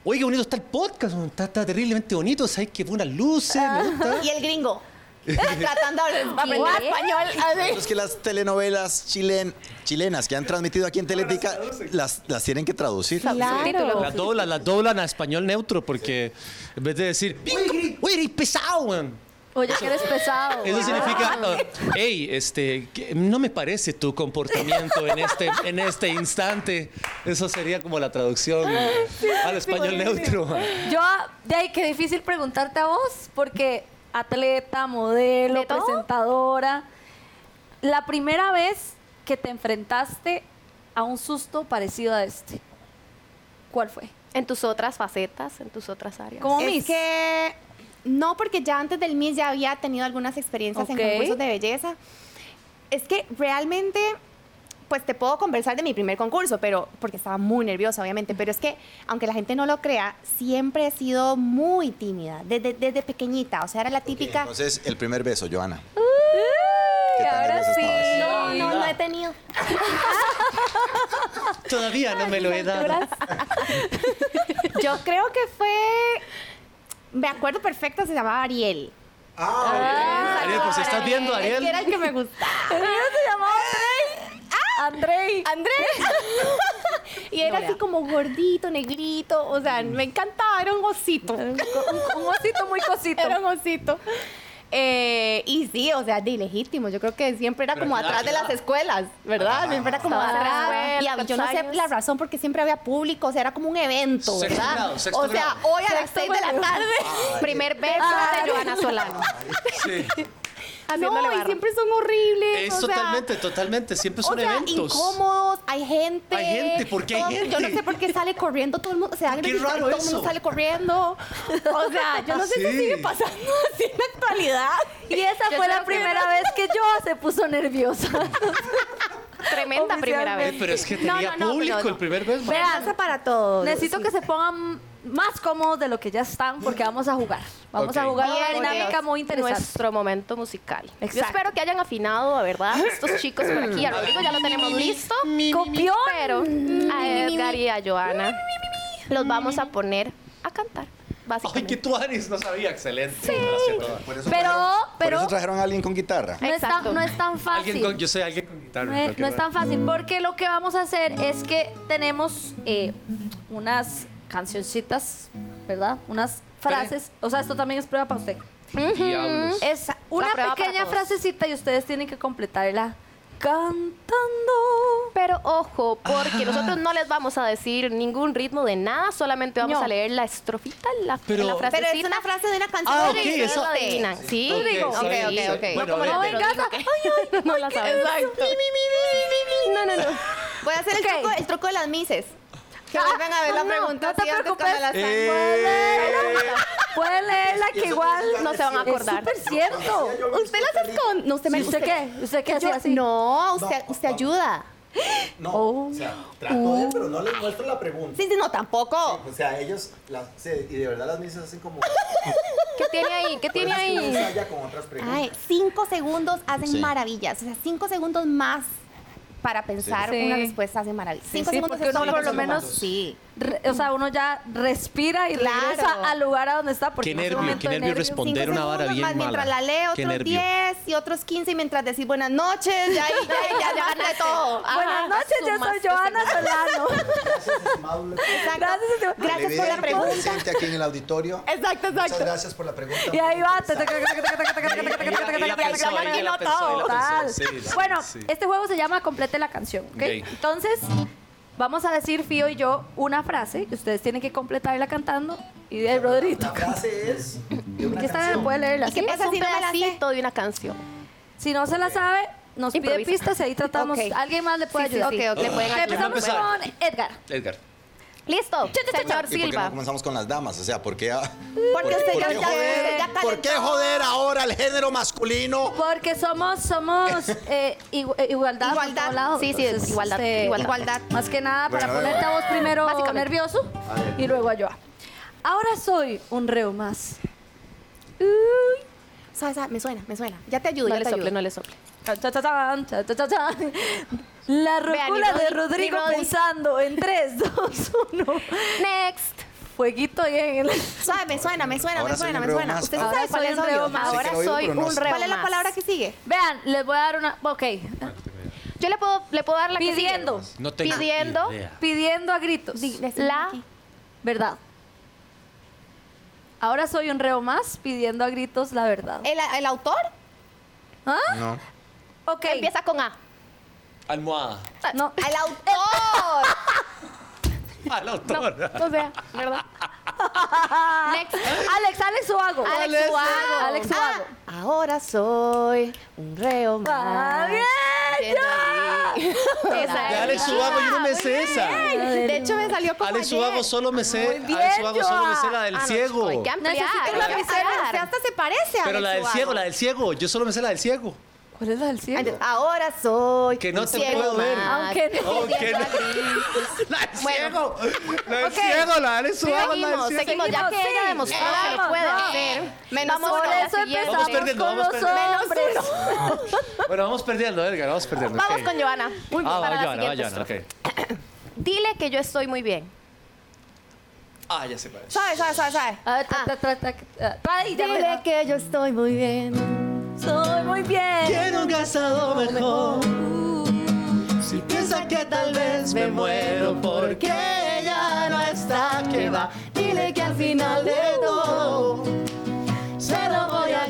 Speaker 4: oye, qué bonito está el podcast, man, está, está terriblemente bonito, ¿sabes qué? Buenas luces, me gusta.
Speaker 8: Y el gringo. tratando de hablar español. así.
Speaker 6: Es que las telenovelas chilen- chilenas que han transmitido aquí en Teletica las, las tienen que traducir.
Speaker 5: Claro.
Speaker 4: La doblan, la doblan a español neutro porque en vez de decir, oye, eres pesado, weón.
Speaker 1: Oye, que eres pesado.
Speaker 4: Eso significa, hey, este, que no me parece tu comportamiento en este, en este instante. Eso sería como la traducción al español neutro. man.
Speaker 3: Yo, de ahí, qué difícil preguntarte a vos, porque atleta, modelo,
Speaker 5: ¿De todo?
Speaker 3: presentadora. La primera vez que te enfrentaste a un susto parecido a este, ¿cuál fue?
Speaker 7: En tus otras facetas, en tus otras áreas.
Speaker 3: ¿Cómo
Speaker 5: Es
Speaker 3: Miss?
Speaker 5: que no, porque ya antes del Miss ya había tenido algunas experiencias
Speaker 3: Ok.
Speaker 5: en concursos de belleza. Es que realmente, pues te puedo conversar de mi primer concurso, pero porque estaba muy nerviosa, obviamente. Pero es que, aunque la gente no lo crea, siempre he sido muy tímida, desde, desde pequeñita. O sea, era la típica.
Speaker 6: Entonces, el primer beso, Joana.
Speaker 3: Y
Speaker 6: ¿Qué tal
Speaker 3: ahora
Speaker 6: nerviosa
Speaker 3: sí.
Speaker 5: No,
Speaker 6: estabas?
Speaker 5: no, no he tenido.
Speaker 4: Todavía no me lo he dado.
Speaker 5: Yo creo que fue. Me acuerdo perfecto, se llamaba Ariel.
Speaker 4: Ariel, por si estás viendo,
Speaker 5: Es
Speaker 4: Ariel.
Speaker 5: que era el que me gustaba.
Speaker 3: El mío se llamaba Andrei. Andrei.
Speaker 5: Andrés. y era así como gordito, negrito. O sea, me encantaba, era un osito.
Speaker 3: Un, un osito muy cosito.
Speaker 5: era un osito. Eh, y sí, o sea, de ilegítimo. Yo creo que siempre era como atrás de las escuelas, ¿verdad? siempre era como
Speaker 3: Estaba atrás,
Speaker 5: atrás. Y
Speaker 3: con
Speaker 5: hab- yo no sé
Speaker 3: ensayos.
Speaker 5: la razón porque siempre había público, o sea, era como un evento,
Speaker 4: Sexto
Speaker 5: ¿verdad?
Speaker 4: grado, sexto
Speaker 5: o sea,
Speaker 4: grado.
Speaker 5: hoy a las
Speaker 3: Sexto
Speaker 5: seis de la
Speaker 3: grado.
Speaker 5: tarde, primer beso
Speaker 7: Ah,
Speaker 3: Ay.
Speaker 5: de Joana Solano.
Speaker 4: Sí.
Speaker 5: Ah, no,
Speaker 7: Haciéndole
Speaker 5: y
Speaker 7: barra.
Speaker 5: siempre son horribles.
Speaker 4: Es
Speaker 5: o sea,
Speaker 4: totalmente, totalmente. Siempre
Speaker 5: O
Speaker 4: son
Speaker 5: sea,
Speaker 4: eventos.
Speaker 5: incómodos, hay gente.
Speaker 4: Hay gente, ¿por qué hay
Speaker 5: todo- Yo no
Speaker 4: gente?
Speaker 5: sé por qué sale corriendo todo el mundo. Se dan
Speaker 4: Qué
Speaker 5: gritos,
Speaker 4: raro
Speaker 5: todo el
Speaker 4: eso.
Speaker 5: mundo sale corriendo. O sea, yo no sé si
Speaker 4: Sí.
Speaker 5: sigue pasando así en la actualidad.
Speaker 3: Ah, Y esa
Speaker 5: Yo
Speaker 3: fue la
Speaker 5: creo que-
Speaker 3: primera vez que yo se puso nerviosa.
Speaker 7: Tremenda primera
Speaker 4: Eh,
Speaker 7: vez.
Speaker 4: pero es que
Speaker 5: No,
Speaker 4: tenía
Speaker 5: este, no, no,
Speaker 4: público
Speaker 5: pero no.
Speaker 4: el primer beso.
Speaker 5: Esperanza para todos.
Speaker 3: Necesito que se pongan más cómodos de lo que ya están porque vamos a jugar. Vamos a
Speaker 4: Ok.
Speaker 3: jugar una
Speaker 7: Bien,
Speaker 3: dinámica
Speaker 7: Dios.
Speaker 3: muy interesante.
Speaker 7: Nuestro momento musical. Yo
Speaker 3: Exacto.
Speaker 7: espero que hayan afinado, a ¿verdad? Estos chicos por aquí. A Rodrigo ya lo tenemos listo.
Speaker 3: Copión.
Speaker 7: Pero
Speaker 3: Mm,
Speaker 7: a Edgar y a Joana los vamos a poner a cantar.
Speaker 4: Ay,
Speaker 7: Básicamente.
Speaker 4: que tú eres, no sabía. Excelente. Gracias, todas.
Speaker 6: Por eso
Speaker 3: Pero,
Speaker 6: trajeron-
Speaker 3: pero-
Speaker 6: Por eso trajeron a alguien con guitarra.
Speaker 3: No es, tan,
Speaker 7: Exacto.
Speaker 3: no es tan
Speaker 4: Alguien
Speaker 3: fácil.
Speaker 4: con- yo soy alguien con guitarra.
Speaker 3: No es,
Speaker 4: cualquier
Speaker 3: no es tan
Speaker 5: Mm.
Speaker 3: fácil porque lo que vamos a hacer es que tenemos eh, unas cancioncitas, ¿verdad? Unas frases. O sea, esto también es prueba para usted.
Speaker 4: Diablos.
Speaker 3: Es una
Speaker 7: prueba para
Speaker 3: pequeña
Speaker 7: todos.
Speaker 3: frasecita y ustedes tienen que completarla cantando.
Speaker 7: Pero ojo, porque nosotros no les vamos a decir ningún ritmo de nada, solamente vamos
Speaker 3: No.
Speaker 7: a leer la estrofita, la,
Speaker 4: Pero-
Speaker 7: la
Speaker 4: Pero
Speaker 7: frasecita.
Speaker 8: Pero es una frase de una canción.
Speaker 4: Ah, ok,
Speaker 7: Sí, ustedes
Speaker 4: eso-
Speaker 7: lo adivinan. Sí,
Speaker 4: Ok,
Speaker 7: Rodrigo.
Speaker 4: está bien, está
Speaker 7: Ok, ok,
Speaker 4: bien.
Speaker 7: ok.
Speaker 4: Bueno,
Speaker 7: No, como
Speaker 4: a
Speaker 7: no
Speaker 4: ver,
Speaker 7: vengas a- Ay, no la sabes. No, no, no.
Speaker 8: Voy a hacer el,
Speaker 3: Ok.
Speaker 8: truco, el truco de las mises. Que
Speaker 3: Ah,
Speaker 8: vuelvan a ver la
Speaker 3: no,
Speaker 8: pregunta
Speaker 3: no te
Speaker 8: así antes
Speaker 3: preocupes.
Speaker 8: cuando la están-
Speaker 4: Eh.
Speaker 3: Pueden leerla. Pueden leerla que igual
Speaker 7: No se van a acordar.
Speaker 3: Es súper cierto.
Speaker 8: Usted las esconde. No, usted me
Speaker 3: ¿Y ¿Usted qué? ¿Usted qué hace
Speaker 8: Yo-
Speaker 3: así?
Speaker 8: No, usted, usted ayuda.
Speaker 6: No, o sea, trato de, pero no les muestro la pregunta.
Speaker 8: Sí, sí, no, tampoco.
Speaker 6: O sea, ellos, las, y de verdad las misas hacen como...
Speaker 7: ¿Qué tiene ahí? ¿Qué tiene ahí?
Speaker 6: con otras preguntas.
Speaker 8: Ay, cinco segundos hacen
Speaker 6: Sí.
Speaker 8: maravillas. O sea, cinco segundos más para pensar
Speaker 3: Sí.
Speaker 8: una respuesta hace maravillas. Cinco
Speaker 3: sí,
Speaker 8: segundos
Speaker 3: porque
Speaker 8: es todo
Speaker 3: uno
Speaker 8: lo
Speaker 3: por
Speaker 8: que
Speaker 3: lo
Speaker 8: somos.
Speaker 3: menos-
Speaker 8: Sí.
Speaker 3: re- o sea, uno ya respira y
Speaker 5: Claro.
Speaker 3: regresa al lugar a donde está. Porque
Speaker 4: Qué
Speaker 3: en ese
Speaker 4: nervio,
Speaker 3: momento
Speaker 4: qué
Speaker 3: de
Speaker 4: nervio
Speaker 3: nervios-
Speaker 4: responder. Ponder
Speaker 5: Cinco
Speaker 4: una vara
Speaker 5: segundos
Speaker 4: bien
Speaker 5: más
Speaker 4: mala.
Speaker 5: mientras la leo,
Speaker 4: Qué
Speaker 5: otros
Speaker 4: nervio.
Speaker 5: 10 y otros 15 y mientras decís buenas noches, ya ahí ya, ahí ya ganaste todo. Ah,
Speaker 7: Ah,
Speaker 3: Buenas noches, yo soy Joana Solano.
Speaker 5: Exacto.
Speaker 3: Gracias.
Speaker 5: Gracias por la
Speaker 6: Televidente
Speaker 5: pregunta.
Speaker 6: presente aquí en el auditorio.
Speaker 5: Exacto,
Speaker 6: Muchas
Speaker 5: exacto.
Speaker 6: gracias por la pregunta.
Speaker 3: Y ahí va.
Speaker 4: Y la- y la pensó,
Speaker 3: Ya
Speaker 4: y la
Speaker 3: maquinó
Speaker 4: pensó, y
Speaker 3: todo.
Speaker 4: la pensó,
Speaker 3: Tal.
Speaker 4: sí, sí,
Speaker 3: Bueno,
Speaker 4: sí.
Speaker 3: este juego se llama Complete la canción. ¿ok?
Speaker 4: Ok.
Speaker 3: Entonces, vamos a decir Fío y yo una frase que ustedes tienen que completarla cantando y de Rodrigo.
Speaker 6: La frase es de una
Speaker 3: Que esta
Speaker 6: canción.
Speaker 3: puede leerla.
Speaker 5: ¿Y qué
Speaker 3: ¿sí?
Speaker 5: pasa
Speaker 3: Es un
Speaker 5: si no me la
Speaker 3: pedacito.
Speaker 5: sé? de una canción?
Speaker 3: Si no se la sabe, nos pide
Speaker 5: Improvisa.
Speaker 3: pistas y ahí tratamos.
Speaker 5: Ok.
Speaker 3: Alguien más le puede
Speaker 5: Sí, sí,
Speaker 3: ayudar.
Speaker 5: sí, ok, le pueden ayudar.
Speaker 3: Empezamos
Speaker 4: Yo voy a
Speaker 3: con Edgar.
Speaker 4: Edgar.
Speaker 5: Listo, señor
Speaker 6: ¿Y por qué no
Speaker 5: Silva.
Speaker 6: comenzamos con las damas? O sea, ¿por qué, ah,
Speaker 5: Porque
Speaker 6: por-
Speaker 5: usted
Speaker 6: por
Speaker 5: ya-
Speaker 6: qué
Speaker 5: ya-
Speaker 6: joder,
Speaker 5: ya
Speaker 6: por qué joder ahora el género masculino?
Speaker 3: Porque somos, somos eh, igu- eh, igualdad. por
Speaker 5: Igualdad.
Speaker 3: todos lados. este,
Speaker 5: Sí, sí, igualdad, igualdad. Igualdad.
Speaker 3: Más que nada para
Speaker 6: Bueno,
Speaker 3: ponerte a vos primero
Speaker 5: Básicamente.
Speaker 3: nervioso y luego a yo. Ahora soy un reo más.
Speaker 5: Sabe, sabe, me suena, me suena. Ya te ayudo,
Speaker 1: No
Speaker 5: ya
Speaker 1: le
Speaker 5: te
Speaker 1: sople,
Speaker 5: ayudo.
Speaker 1: no le sople.
Speaker 3: Cha, cha, cha, chan, cha, cha, cha, chan. La
Speaker 5: Vean, ni
Speaker 3: rocula de
Speaker 5: Rodri-
Speaker 3: Rodrigo
Speaker 5: ni Rodri.
Speaker 3: pensando en 3, 2, 1.
Speaker 5: Next.
Speaker 3: Fueguito ahí en el...
Speaker 5: Sabe, me suena, me suena,
Speaker 6: Ahora
Speaker 5: me
Speaker 6: soy
Speaker 5: suena, me
Speaker 6: un reo
Speaker 5: suena.
Speaker 6: más.
Speaker 5: Usted
Speaker 3: Ahora
Speaker 5: sabe cuál
Speaker 3: soy
Speaker 5: es
Speaker 3: un
Speaker 5: obvio.
Speaker 3: reo más.
Speaker 6: Sí,
Speaker 5: Ahora
Speaker 6: que lo oigo,
Speaker 5: soy
Speaker 6: pero no
Speaker 5: un
Speaker 6: sé.
Speaker 5: reo
Speaker 6: ¿Cuál
Speaker 5: ¿Cuál es la palabra que sigue?
Speaker 3: Vean, les voy a dar una... Ok.
Speaker 5: Yo le puedo, le puedo dar la que sigue.
Speaker 3: Pidiendo.
Speaker 4: No tengo
Speaker 5: Pidiendo.
Speaker 4: idea.
Speaker 3: Pidiendo a gritos.
Speaker 5: La...
Speaker 3: Verdad. Ahora soy un reo más pidiendo a gritos la verdad.
Speaker 5: ¿El, el autor?
Speaker 3: ¿Ah?
Speaker 6: No.
Speaker 3: Ok.
Speaker 5: Empieza con A.
Speaker 4: Almohada.
Speaker 3: No.
Speaker 5: ¡El autor!
Speaker 4: Al autor.
Speaker 5: O sea, ¿verdad?
Speaker 3: Alex, Alex, Alex Ubago.
Speaker 5: Alex Ubago.
Speaker 3: Alex Ubago.
Speaker 5: Ah, ahora soy un reo más.
Speaker 3: Ah, bien,
Speaker 5: Yendo ahí. Esa
Speaker 4: De
Speaker 5: es.
Speaker 4: Alex Subago, yo no me sé esa.
Speaker 5: De hecho, me salió como
Speaker 4: Alex
Speaker 5: ayer.
Speaker 4: Subago solo me sé.
Speaker 3: bien,
Speaker 4: Alex Subago solo me sé
Speaker 3: Joa.
Speaker 4: la del
Speaker 5: Ah, no,
Speaker 4: ciego.
Speaker 5: hay que ampliar,
Speaker 3: Necesito
Speaker 5: hay que
Speaker 3: lapicero,
Speaker 5: ampliar.
Speaker 3: o sea,
Speaker 5: hasta se parece a
Speaker 4: Pero
Speaker 5: Alex
Speaker 4: la del
Speaker 5: Ubago.
Speaker 4: ciego, la del ciego. Yo solo me sé la del ciego.
Speaker 3: ¿Cuál es la del
Speaker 5: Ay,
Speaker 3: ciego?
Speaker 5: Dios, Ahora soy
Speaker 4: Que no
Speaker 5: un
Speaker 4: te
Speaker 5: ciego Ah,
Speaker 4: puedo ver.
Speaker 5: más.
Speaker 3: Aunque no.
Speaker 4: Oh, que no.
Speaker 5: pues.
Speaker 4: La del ciego. La del ciego, la del Subago, la del
Speaker 5: Seguimos,
Speaker 4: ciego.
Speaker 5: seguimos, ya que
Speaker 3: Seguimos,
Speaker 5: ella
Speaker 3: sí.
Speaker 5: demostró
Speaker 3: Ah,
Speaker 5: que lo puede
Speaker 3: vamos.
Speaker 5: hacer. Menos
Speaker 3: Vamos por
Speaker 5: uno, la
Speaker 3: eso
Speaker 5: siguiente.
Speaker 3: empezamos
Speaker 4: perdiendo,
Speaker 3: con
Speaker 4: vamos
Speaker 3: los
Speaker 4: perdiendo.
Speaker 3: hombres.
Speaker 4: Bueno, vamos perdiendo, Edgar, vamos perdiendo.
Speaker 5: Vamos
Speaker 4: ok.
Speaker 5: con Joana. Muy bien,
Speaker 4: Ah, va
Speaker 5: para la
Speaker 4: Joana, va
Speaker 5: siguiente
Speaker 4: Joana, ok.
Speaker 5: Dile que yo estoy muy bien.
Speaker 4: Ah, ya se parece.
Speaker 5: Suave, suave, suave, suave.
Speaker 3: Ah, ta, ta, ta, ta, ta. Ay, ya me-
Speaker 5: Dile que yo estoy muy bien.
Speaker 3: Soy muy bien.
Speaker 4: Quiero un casado mejor. Si piensa que tal vez me muero porque ella no está, que va. Dile que al final de todo se lo voy a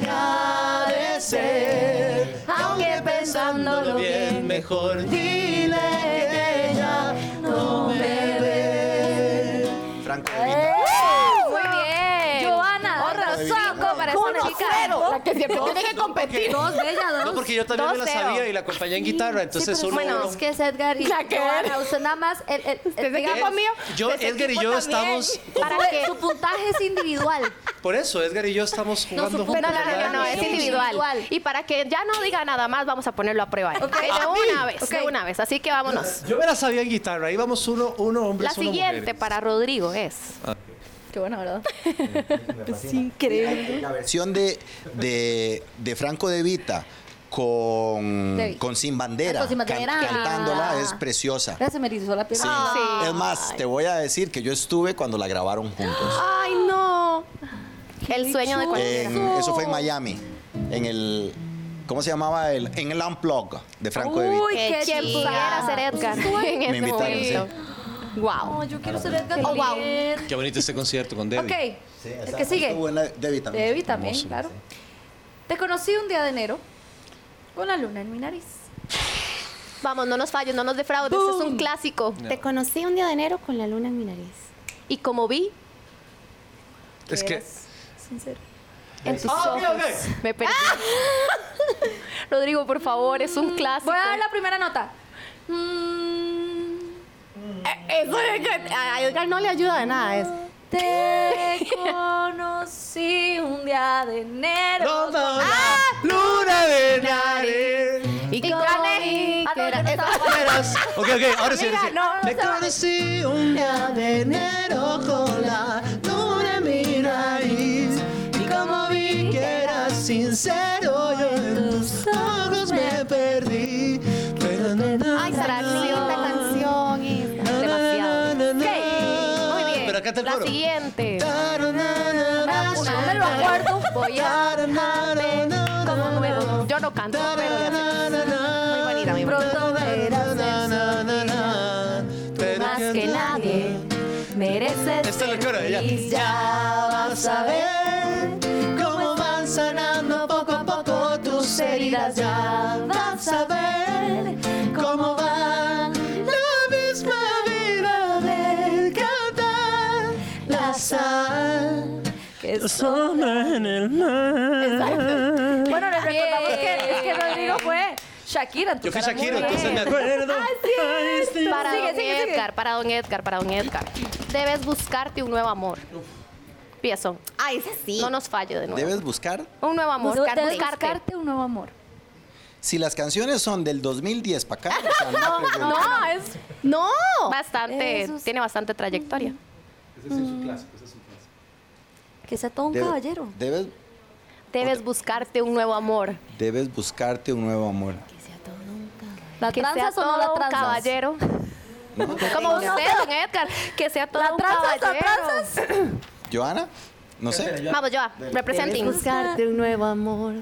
Speaker 4: agradecer. Aunque pensándolo bien, mejor dile que ella no me ve.
Speaker 6: Franco de Vita.
Speaker 5: Muy bien.
Speaker 3: Joana,
Speaker 5: Otro
Speaker 3: otra
Speaker 5: cinco para esta chica. La que siempre tiene que competir.
Speaker 3: Dos, bella, dos.
Speaker 4: No, porque yo también me la
Speaker 5: 2-0.
Speaker 4: sabía y la acompañé en guitarra, entonces
Speaker 3: Sí, pero
Speaker 4: uno...
Speaker 3: bueno,
Speaker 4: uno-
Speaker 3: es que es Edgar y
Speaker 5: La que-
Speaker 3: Joana, usted nada más. El, el, el-
Speaker 5: se
Speaker 3: digamos,
Speaker 5: queda conmigo.
Speaker 4: Yo,
Speaker 5: de ese
Speaker 4: Edgar y
Speaker 5: equipo
Speaker 4: yo
Speaker 5: también.
Speaker 4: estamos-
Speaker 5: Para que...
Speaker 3: su puntaje es individual.
Speaker 4: Por eso, Edgar y yo estamos jugando
Speaker 3: supongo-
Speaker 5: No,
Speaker 4: juntos.
Speaker 5: no, no, no,
Speaker 4: ¿verdad?
Speaker 5: no, es
Speaker 3: Sí.
Speaker 5: individual.
Speaker 3: Individual.
Speaker 5: Y para que ya no diga nada más, vamos a ponerlo a prueba. De una vez, de una vez. Así que vámonos.
Speaker 4: Yo me la sabía en guitarra, ahí vamos uno, uno hombres,
Speaker 5: La
Speaker 4: uno
Speaker 5: siguiente
Speaker 4: mujeres.
Speaker 5: para Rodrigo es.
Speaker 3: Qué bueno, ¿verdad?
Speaker 6: Es increíble. La versión de, de, de Franco de Vita con,
Speaker 3: David.
Speaker 6: con Sin
Speaker 3: Ah,
Speaker 6: Bandera,
Speaker 3: con Sin Bandera.
Speaker 6: can- cantándola es preciosa.
Speaker 3: Ya se me erizó la piel.
Speaker 6: Sí. Es más, te voy a decir que yo estuve cuando la grabaron juntos.
Speaker 5: Ay, no. El sueño de cualquiera.
Speaker 6: En- eso fue en Miami, en el... ¿Cómo se llamaba? El, en el Unplug de Franco de Vita.
Speaker 3: Uy,
Speaker 5: Que
Speaker 3: qué
Speaker 5: quien
Speaker 3: chulada.
Speaker 5: pudiera ser Edgar en
Speaker 6: Me
Speaker 5: ese
Speaker 6: invitaron,
Speaker 5: momento. Wow.
Speaker 3: No, yo quiero ser Edgar
Speaker 5: Oh, wow.
Speaker 3: también.
Speaker 4: Qué bonito este concierto con Debbie.
Speaker 3: Ok,
Speaker 6: Sí,
Speaker 3: el
Speaker 6: esa-
Speaker 3: que sigue.
Speaker 6: estuvo en la- de Vita.
Speaker 3: Debbie también,
Speaker 4: Hermoso.
Speaker 3: claro. Te conocí un día de enero con la luna en mi nariz.
Speaker 5: Vamos, no nos falles, no nos defraudes. Este es un clásico.
Speaker 4: Te
Speaker 5: conocí un día de enero con la luna en mi nariz. Y como vi
Speaker 4: Es que...
Speaker 3: Sincero.
Speaker 5: en tus
Speaker 4: Ah, ok,
Speaker 5: ojos,
Speaker 4: ok.
Speaker 5: me perdí. Rodrigo, por favor, es un clásico.
Speaker 3: Voy a dar la primera nota. Mm,
Speaker 5: Eso es que a Edgar no le ayuda de nada. Es.
Speaker 3: te conocí un día de enero.
Speaker 4: No, no, no.
Speaker 5: Ah.
Speaker 4: Luna de Nares.
Speaker 5: Y, gané.
Speaker 3: Ah, no, yo no estaba-
Speaker 4: Eras- Ok, ok, ahora sí, ahora sí.
Speaker 3: no, no
Speaker 4: Te conocí un día de enero con la luna en mi nariz. Y como vi que eras sincero, yo en tus ojos me perdí. Pero no, no,
Speaker 5: Ay,
Speaker 4: no,
Speaker 5: será
Speaker 4: no,
Speaker 5: linda canción. y-
Speaker 4: no,
Speaker 5: Demasiado.
Speaker 4: no, no, no. canta el
Speaker 7: La
Speaker 4: coro.
Speaker 7: siguiente.
Speaker 3: No me lo acuerdo.
Speaker 7: Voy a amarte como nuevo. Yo no canto, pero la sé. Muy bonita, muy bonita.
Speaker 3: Pronto verás
Speaker 4: Más
Speaker 3: más que nadie. Mereces
Speaker 4: Esta es la
Speaker 3: ser
Speaker 4: coro, ya.
Speaker 3: feliz.
Speaker 4: Ya vas a ver cómo van sanando poco a poco tus heridas. Ya vas a ver cómo va la misma vida del cantar la sal que asoma en el mar.
Speaker 3: Bueno, les recordamos que,
Speaker 2: Bien.
Speaker 3: es que Rodrigo fue Shakira. en tu
Speaker 4: Yo fui
Speaker 3: cara muy
Speaker 4: Shakira,
Speaker 3: bien.
Speaker 4: entonces me acuerdo.
Speaker 7: Ah, Para
Speaker 3: Sigue,
Speaker 7: don
Speaker 3: sigue, sigue.
Speaker 7: Edgar, para don Edgar, para don Edgar. Debes buscarte un nuevo amor. Pienso,
Speaker 5: Ay, ese sí.
Speaker 7: no nos falle de nuevo.
Speaker 6: Debes buscar.
Speaker 7: Un nuevo amor.
Speaker 2: Buscar-
Speaker 7: Buscarte.
Speaker 2: buscarte
Speaker 3: un nuevo amor.
Speaker 6: Si las canciones son del 2010 para acá, o sea, no me preguntes.
Speaker 7: No, es
Speaker 5: No.
Speaker 7: bastante, tiene bastante trayectoria.
Speaker 2: Que sea todo un
Speaker 6: Debe-
Speaker 2: caballero.
Speaker 6: Debes,
Speaker 7: Debes buscarte un nuevo amor.
Speaker 6: debes buscarte un nuevo amor.
Speaker 2: ¿La
Speaker 7: Que sea
Speaker 2: tranzas o
Speaker 7: todo
Speaker 2: no la
Speaker 7: un
Speaker 2: tranzas?
Speaker 7: caballero. Como usted, don Edgar. Que sea todo
Speaker 2: ¿La
Speaker 7: un
Speaker 2: tranzas o
Speaker 7: caballero.
Speaker 2: tranzas?
Speaker 6: Joana, no sé.
Speaker 7: Vamos, Joa, representing.
Speaker 5: Debes buscarte un nuevo amor.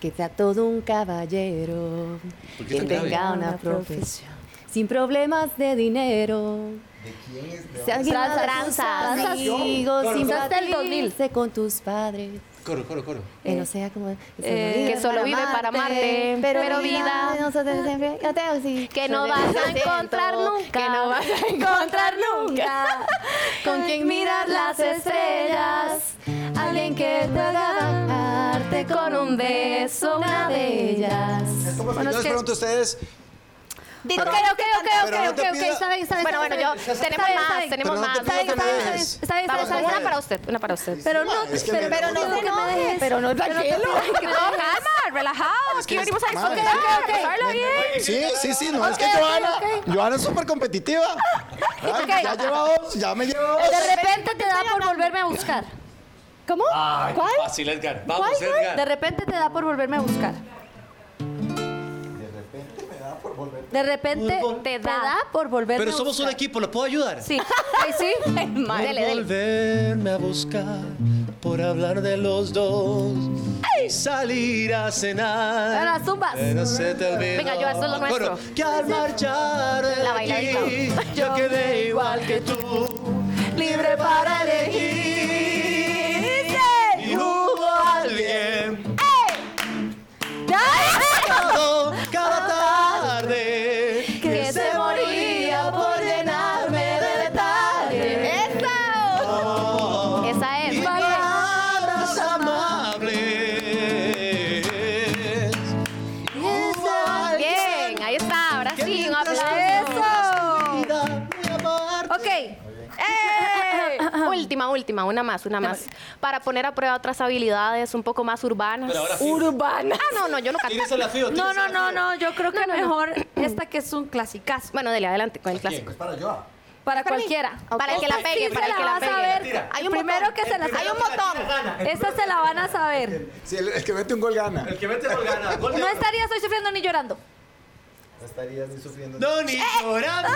Speaker 5: Que sea todo un caballero.
Speaker 4: ¿Por qué
Speaker 5: Que
Speaker 4: tan grave?
Speaker 5: tenga una profesión. Sin problemas de dinero. ¿De quién es?
Speaker 7: Tranzas, tranzas.
Speaker 5: amigos,
Speaker 4: Claro,
Speaker 5: sin
Speaker 4: claro.
Speaker 2: Hasta el 2000.
Speaker 5: batirse con tus padres.
Speaker 4: Coro, coro, coro.
Speaker 5: Que no sea como.
Speaker 2: eh,
Speaker 7: que solo vive para amarte, pero vida-
Speaker 5: no se te- siempre- yo te- sí,
Speaker 7: Que
Speaker 5: yo
Speaker 7: no
Speaker 5: te-
Speaker 7: vas
Speaker 5: yo
Speaker 7: a
Speaker 5: te-
Speaker 7: encontrar nunca.
Speaker 5: Que no vas a encontrar nunca. Con quien mirar las estrellas. Alguien que te haga bajarte con un beso, una de ellas.
Speaker 6: Yo les pregunto a ustedes,
Speaker 5: Digo,
Speaker 6: Ok, ok, ok, Pero no ok, te ok, pida- está
Speaker 5: bien, está
Speaker 7: Bueno, bueno, yo tenemos más, tenemos
Speaker 6: Pero no
Speaker 7: más.
Speaker 6: te
Speaker 7: tenemos
Speaker 6: pongas
Speaker 7: más.
Speaker 6: nerviosa.
Speaker 3: Está bien, está bien,
Speaker 7: Vamos,
Speaker 3: está bien.
Speaker 7: una para usted, una para usted.
Speaker 3: Pero no,
Speaker 6: Es que
Speaker 3: pero,
Speaker 6: mira,
Speaker 3: pero no,
Speaker 6: no,
Speaker 3: te enojes.
Speaker 5: Pero no, tranquilo.
Speaker 3: Que todo calma, relajado.
Speaker 6: Es que
Speaker 3: Aquí venimos a
Speaker 6: es-
Speaker 3: disfrutar.
Speaker 6: madre.
Speaker 3: Ok, ok, Hablo bien.
Speaker 6: Sí, sí, sí, no, es que Joana, Joana es súper competitiva. Ay, Ya lleva dos, ya me lleva dos.
Speaker 2: De repente te da por volverme a buscar.
Speaker 5: ¿Cómo? ¿Cuál?
Speaker 4: Fácil, Edgar. Vamos,
Speaker 3: De repente te da por volverme a buscar.
Speaker 2: De repente te da por volverme
Speaker 4: Pero
Speaker 2: a
Speaker 4: somos un
Speaker 2: buscar.
Speaker 4: equipo, ¿lo puedo ayudar?
Speaker 2: Sí. Ay, sí.
Speaker 4: Por volverme a buscar, por hablar de los dos, salir a cenar.
Speaker 2: Ahora, zumbas.
Speaker 4: Pero se te olvidó.
Speaker 7: Venga, Joa, esto es lo
Speaker 4: Bueno,
Speaker 7: nuestro.
Speaker 4: Que al marchar de
Speaker 7: La
Speaker 4: aquí,
Speaker 7: bailarina.
Speaker 4: yo quedé igual que tú, libre para elegir. Y hubo alguien. Todo cada tarde que se moría por llenarme de detalles. Oh,
Speaker 7: Esa es.
Speaker 4: y palabras amables. Y hubo alguien
Speaker 7: Bien, ahí está, ahora
Speaker 4: que
Speaker 7: sí, un
Speaker 4: mientras
Speaker 7: aplauso.
Speaker 4: caminabas mi vida, mi amor.
Speaker 3: Ok. ¡Eh!
Speaker 7: Última, última, una más, una más. Para poner a prueba otras habilidades un poco más urbanas.
Speaker 4: Pero ahora sí.
Speaker 7: Urbanas. Ah, no, no, yo no canto.
Speaker 4: Tírese la fío,
Speaker 3: No,
Speaker 4: tírese
Speaker 3: no,
Speaker 4: la
Speaker 3: no,
Speaker 4: fío.
Speaker 3: no. Yo creo que mejor esta que es un clasicazo.
Speaker 7: Bueno, dele, adelante con el clásico.
Speaker 3: Para cualquiera.
Speaker 7: Para el que la
Speaker 3: Sí,
Speaker 7: pegue,
Speaker 3: se
Speaker 7: para el que la
Speaker 3: vas a
Speaker 7: pegue.
Speaker 3: ver.
Speaker 4: Tira.
Speaker 3: Hay un primero que se la
Speaker 4: primero
Speaker 3: Hay un
Speaker 4: que la tira,
Speaker 3: botón.
Speaker 4: gana.
Speaker 3: Esta se la van a saber.
Speaker 6: Si el, el que mete un gol gana.
Speaker 4: El que mete gol gana. Gol de
Speaker 3: No
Speaker 4: oro.
Speaker 3: estarías hoy sufriendo ni llorando.
Speaker 6: estarías ni sufriendo.
Speaker 4: No, ni llorando.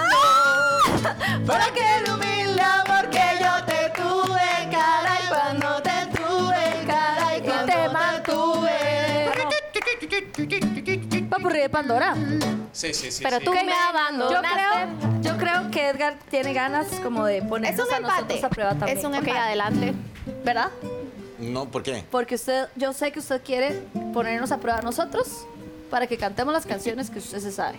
Speaker 3: Para que el humilde amor que yo te tuve, caray, cuando te tuve, caray, cuando te mantuve. Papurri de Pandora.
Speaker 4: Sí, sí, sí.
Speaker 7: Pero
Speaker 4: sí.
Speaker 7: tú me abandonaste.
Speaker 3: Yo creo, yo creo que Edgar tiene ganas como de ponernos
Speaker 5: Es un
Speaker 3: a nosotros
Speaker 5: empate.
Speaker 3: a prueba también.
Speaker 5: Es un em-
Speaker 7: Ok,
Speaker 5: empate.
Speaker 7: adelante.
Speaker 3: ¿Verdad?
Speaker 6: No, ¿por qué?
Speaker 3: Porque usted, yo sé que usted quiere ponernos a prueba a nosotros para que cantemos las canciones que usted se sabe.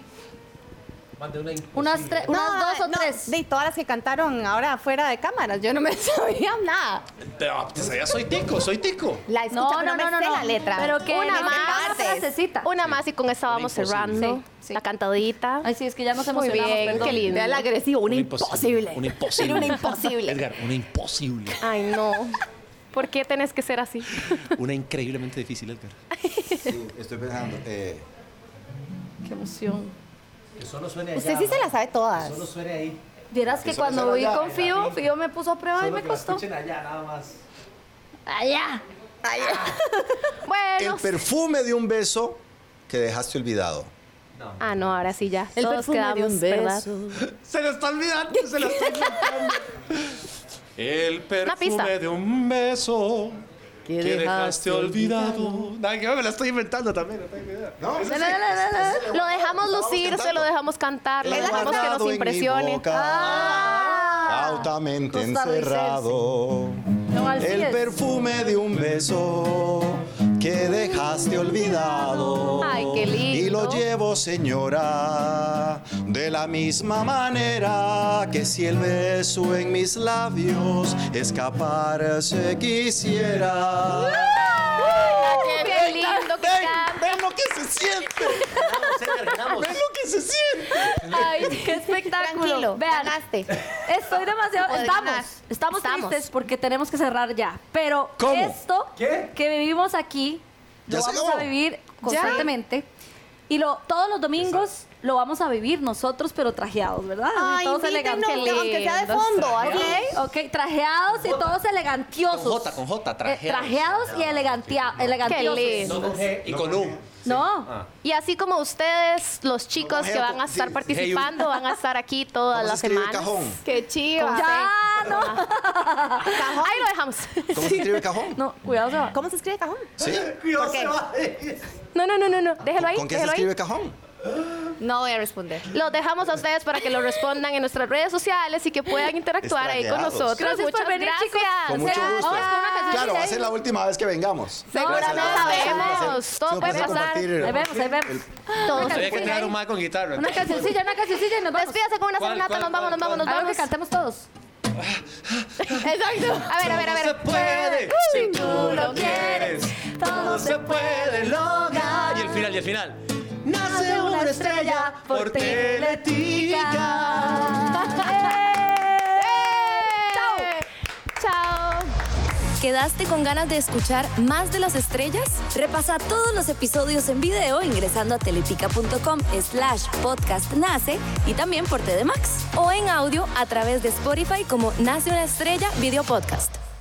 Speaker 3: Unas, tre-
Speaker 5: No,
Speaker 3: unas dos o
Speaker 5: no,
Speaker 3: tres.
Speaker 5: De Pues, todas las que cantaron ahora fuera de cámaras, yo no me sabía nada.
Speaker 4: Pero, pues, ya soy tico, soy tico.
Speaker 5: La escucho, no, no, no, no, la letra.
Speaker 3: Pero que
Speaker 7: Una
Speaker 3: me
Speaker 7: más.
Speaker 3: cantaste la frasecita.
Speaker 7: Una más y con esta vamos cerrando.
Speaker 3: Sí, sí.
Speaker 7: La cantadita.
Speaker 3: Ay, sí, es que ya nos
Speaker 7: Muy
Speaker 3: emocionamos,
Speaker 7: bien,
Speaker 3: perdón.
Speaker 7: qué lindo.
Speaker 5: Vea el agresivo, una imposible.
Speaker 4: Una imposible.
Speaker 5: Era una imposible.
Speaker 4: Edgar, una imposible.
Speaker 7: Ay, no. ¿Por qué tenés que ser así?
Speaker 4: Una increíblemente difícil, Edgar.
Speaker 6: Sí, estoy pensando. eh,
Speaker 3: Qué emoción.
Speaker 5: Usted sí se la sabe todas.
Speaker 3: Vieras que
Speaker 6: Eso
Speaker 3: cuando
Speaker 6: pasaron
Speaker 3: vi
Speaker 6: allá,
Speaker 3: con
Speaker 6: allá,
Speaker 3: Fío, Fío me puso a prueba y me costó. Allá.
Speaker 7: Bueno,
Speaker 6: el perfume de un beso que dejaste olvidado.
Speaker 7: Ah, no, ahora sí ya.
Speaker 2: El
Speaker 7: Todos
Speaker 2: perfume de
Speaker 7: quedamos,
Speaker 2: un
Speaker 7: ¿verdad?
Speaker 2: beso.
Speaker 4: Se lo está olvidando, se lo está olvidando. El
Speaker 7: pista.
Speaker 4: perfume de un beso
Speaker 2: Que
Speaker 4: que dejaste
Speaker 2: dejaste
Speaker 4: olvidado. Ay, que me la estoy inventando también. no tengo idea.
Speaker 3: No, no, no, no, no.
Speaker 7: Lo dejamos lucir, se lo dejamos cantar, lo
Speaker 6: El
Speaker 7: dejamos que
Speaker 6: guardado en
Speaker 7: nos
Speaker 6: mi
Speaker 7: impresione.
Speaker 6: boca, Ah. Cautamente
Speaker 2: Costarricense.
Speaker 6: encerrado.
Speaker 3: No, así
Speaker 6: El
Speaker 3: es.
Speaker 6: perfume de un beso que dejaste olvidado.
Speaker 7: Ay, qué lindo.
Speaker 6: Y lo llevo, señora, de la misma manera que si el beso en mis labios escaparse quisiera.
Speaker 7: ¡Qué lindo que
Speaker 6: ¡Ven! ¡Ven lo que se siente! ¡Ven lo que se siente!
Speaker 3: Ay, qué espectáculo.
Speaker 5: Tranquilo,
Speaker 3: Vean,
Speaker 5: ganaste.
Speaker 3: estoy demasiado.
Speaker 5: Puedes ganar.
Speaker 3: Estamos, estamos,
Speaker 5: Estamos.
Speaker 3: tristes porque tenemos que cerrar ya. Pero
Speaker 6: ¿Cómo?
Speaker 3: esto que vivimos aquí
Speaker 6: ¿Ya
Speaker 3: lo
Speaker 6: se
Speaker 3: vamos
Speaker 6: acabó?
Speaker 3: a vivir constantemente. Y lo, todos los domingos lo vamos a vivir nosotros, pero trajeados, ¿verdad?
Speaker 5: Ay,
Speaker 3: todos elegantes.
Speaker 5: invítenos, aunque sea de fondo, así.
Speaker 3: Ok, ok, trajeados y todos elegantiosos.
Speaker 4: Con J, con J,
Speaker 3: Eh,
Speaker 4: trajeados.
Speaker 3: trajeados y elegantia- elegantiosos.
Speaker 7: lindo.
Speaker 4: No con G y con U.
Speaker 3: No.
Speaker 7: Y así como ustedes, los chicos
Speaker 6: Como
Speaker 7: que
Speaker 6: Geo,
Speaker 7: van a
Speaker 6: sí,
Speaker 7: estar
Speaker 6: sí.
Speaker 7: participando van a estar aquí todas
Speaker 6: ¿Cómo se
Speaker 7: las
Speaker 6: escribe
Speaker 7: semanas.
Speaker 6: cajón?
Speaker 9: Qué chiva.
Speaker 3: Ya, no.
Speaker 7: Ahí lo dejamos.
Speaker 6: ¿Cómo se escribe cajón?
Speaker 3: No, cuidado, se va.
Speaker 5: ¿Cómo se escribe cajón?
Speaker 6: ¿Sí?
Speaker 7: No, no, no, no, no. Déjelo ahí,
Speaker 6: ¿Con qué se
Speaker 7: déjelo ahí.
Speaker 6: escribe cajón?
Speaker 5: No voy a responder.
Speaker 7: Los dejamos a ustedes para que lo respondan en nuestras redes sociales y que puedan interactuar ahí con
Speaker 6: Extrañados.
Speaker 7: nosotros.
Speaker 3: Gracias por
Speaker 7: Muchas
Speaker 3: venir,
Speaker 7: gracias.
Speaker 3: chicos.
Speaker 6: Con mucho
Speaker 3: Gracias.
Speaker 6: gusto.
Speaker 3: Vamos con una canción
Speaker 6: Claro,
Speaker 3: de
Speaker 6: va a
Speaker 3: ahí.
Speaker 6: ser la última vez que vengamos.
Speaker 7: Seguramente sabemos. Todo
Speaker 6: Se me
Speaker 7: puede
Speaker 6: ocurrió
Speaker 7: pasar.
Speaker 6: compartir-
Speaker 3: Ahí vemos, ahí vemos.
Speaker 7: Todos.
Speaker 4: Había que traer un más con guitarra.
Speaker 3: Una cancioncilla, una cancioncilla y nos vamos.
Speaker 7: Despídase con una
Speaker 4: ¿Cuál,
Speaker 7: serenata.
Speaker 4: cuál,
Speaker 7: Nos vamos,
Speaker 4: cuál,
Speaker 7: nos vamos, nos
Speaker 3: Algo que
Speaker 7: vamos.
Speaker 3: cantemos todos.
Speaker 7: Exacto. A ver, a ver, a ver.
Speaker 4: Todo se puede, si tú lo quieres. Todo se puede lograr. Y el final, y el final. Nace una estrella por Teletica.
Speaker 7: Chao.
Speaker 1: ¿Quedaste con ganas de escuchar más de las estrellas? Repasa todos los episodios en video ingresando a teletica.com slash podcast nace y también por TDMax.
Speaker 7: o en audio a través de Spotify como Nace una Estrella Video Podcast.